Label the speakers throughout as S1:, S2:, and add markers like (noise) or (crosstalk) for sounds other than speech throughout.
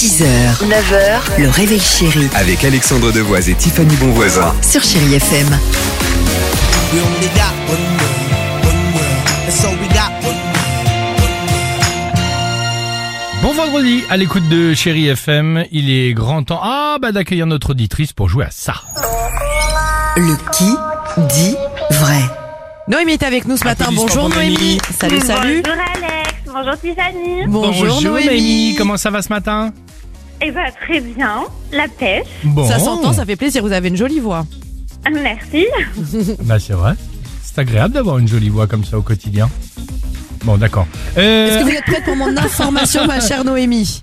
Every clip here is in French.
S1: 6h, 9h, le réveil chéri
S2: Avec Alexandre Devoise et Tiffany Bonvoisin.
S1: sur Chérie FM.
S3: We only got one world, one world, and so we got one world, one world.
S4: Bon vendredi, à l'écoute de Chéri FM, il est grand temps ah, bah, d'accueillir notre auditrice pour jouer à ça.
S1: Le qui dit vrai.
S5: Noémie est avec nous ce matin.
S4: Applaudissements
S5: Bonjour
S4: pour Noémie.
S5: Noémie. Salut, salut.
S6: Bonjour Alex, bonjour Tiffany.
S4: Noémie, comment ça va ce matin
S6: Eh ben très bien, la pêche,
S4: Bon,
S5: Ça s'entend, ça fait plaisir. Vous avez une jolie voix.
S6: merci.
S4: bah c'est vrai. C'est agréable d'avoir une jolie voix comme ça au quotidien. Bon, d'accord.
S5: Est-ce
S4: Euh,
S5: que vous êtes prête pour mon information, ma chère Noémie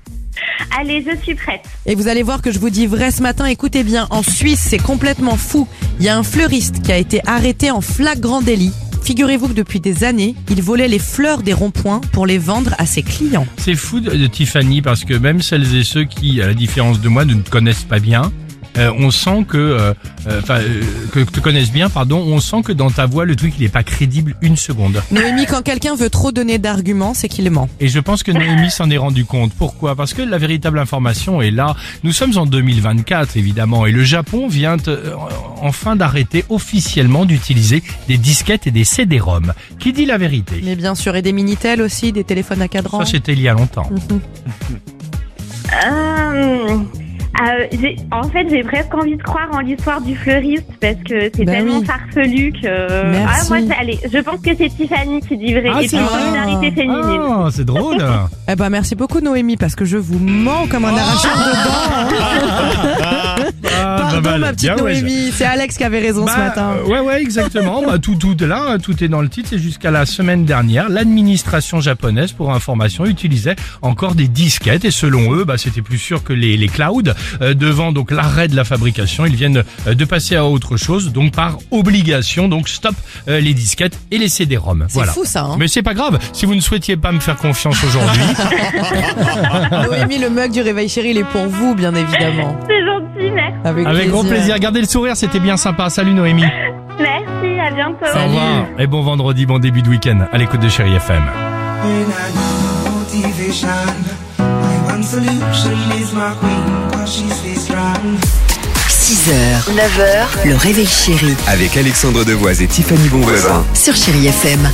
S6: Allez, je suis prête.
S5: Et vous allez voir que je vous dis vrai ce matin. Écoutez bien, en Suisse, c'est complètement fou. Il y a un fleuriste qui a été arrêté en flagrant délit. Figurez-vous que depuis des années, il volait les fleurs des ronds-points pour les vendre à ses clients.
S4: c'est fou de, de Tiffany parce que même celles et ceux qui, à la différence de moi, ne te connaissent pas bien, euh, on sent que, euh, euh, enfin, euh, que te connaissent bien, pardon, on sent que dans ta voix le truc il est pas crédible une seconde.
S5: Noémie, quand quelqu'un veut trop donner d'arguments, c'est qu'il ment.
S4: Et je pense que Noémie s'en est rendu compte. Pourquoi Parce que la véritable information est là. Nous sommes en 2024, évidemment, et le Japon vient euh, enfin d'arrêter officiellement d'utiliser des disquettes et des CD-ROM. Qui dit la vérité
S5: Mais bien sûr, et des minitel aussi, des téléphones à cadran.
S4: Ça, c'était il y a longtemps.
S5: Mhm.
S6: Euh, euh, j'ai- en fait, j'ai presque envie de croire en l'histoire du fleuriste parce que c'est
S5: Bah
S6: tellement
S5: oui.
S6: farfelu que.
S5: Merci.
S6: Ah, moi, c'est- allez, je pense que c'est Tiffany qui dit vrai.
S4: Ah,
S6: et
S4: c'est
S6: puis
S4: vrai.
S6: solidarité féminine.
S5: Oh.
S4: Ah, c'est
S5: (laughs)
S4: drôle.
S5: Eh ben merci beaucoup Noémie parce que je vous mens comme un
S4: Oh
S5: arracheur de dents. hein.
S4: Ah,
S5: Pardon
S4: pas mal.
S5: ma petite
S4: Bien, ouais, je-
S5: Noémie, c'est Alex qui avait raison ce
S4: Bah,
S5: matin.
S4: euh, ouais, ouais, exactement. bah, tout, tout est là, hein, tout est dans le titre. Et jusqu'à la semaine dernière, l'administration japonaise, pour information, utilisait encore des disquettes. Et selon eux, bah, c'était plus sûr que les, les clouds. Euh, devant donc l'arrêt de la fabrication, ils viennent euh, de passer à autre chose. Donc par obligation, donc stop euh, les disquettes et les CD-ROM.
S5: C'est
S4: Voilà.
S5: fou ça. Hein.
S4: Mais c'est pas grave. Si vous ne souhaitiez pas me faire confiance
S5: (laughs)
S4: aujourd'hui,
S5: Noémie, Ah le mug du réveil chéri, il est pour vous bien évidemment.
S6: C'est gentil, merci.
S5: Avec,
S4: avec grand plaisir. Gardez le sourire, c'était bien sympa. Salut Noémie.
S6: Merci, à bientôt.
S4: Au revoir. Et bon vendredi, bon début de week-end. À l'écoute de Chéri FM.
S7: When I need motivation, my one solution is my queen, cause she stays strong.
S1: 6h, 9h, le réveil chéri
S2: Avec Alexandre Devoise et Tiffany Bonvoisin.
S1: sur Chérie FM.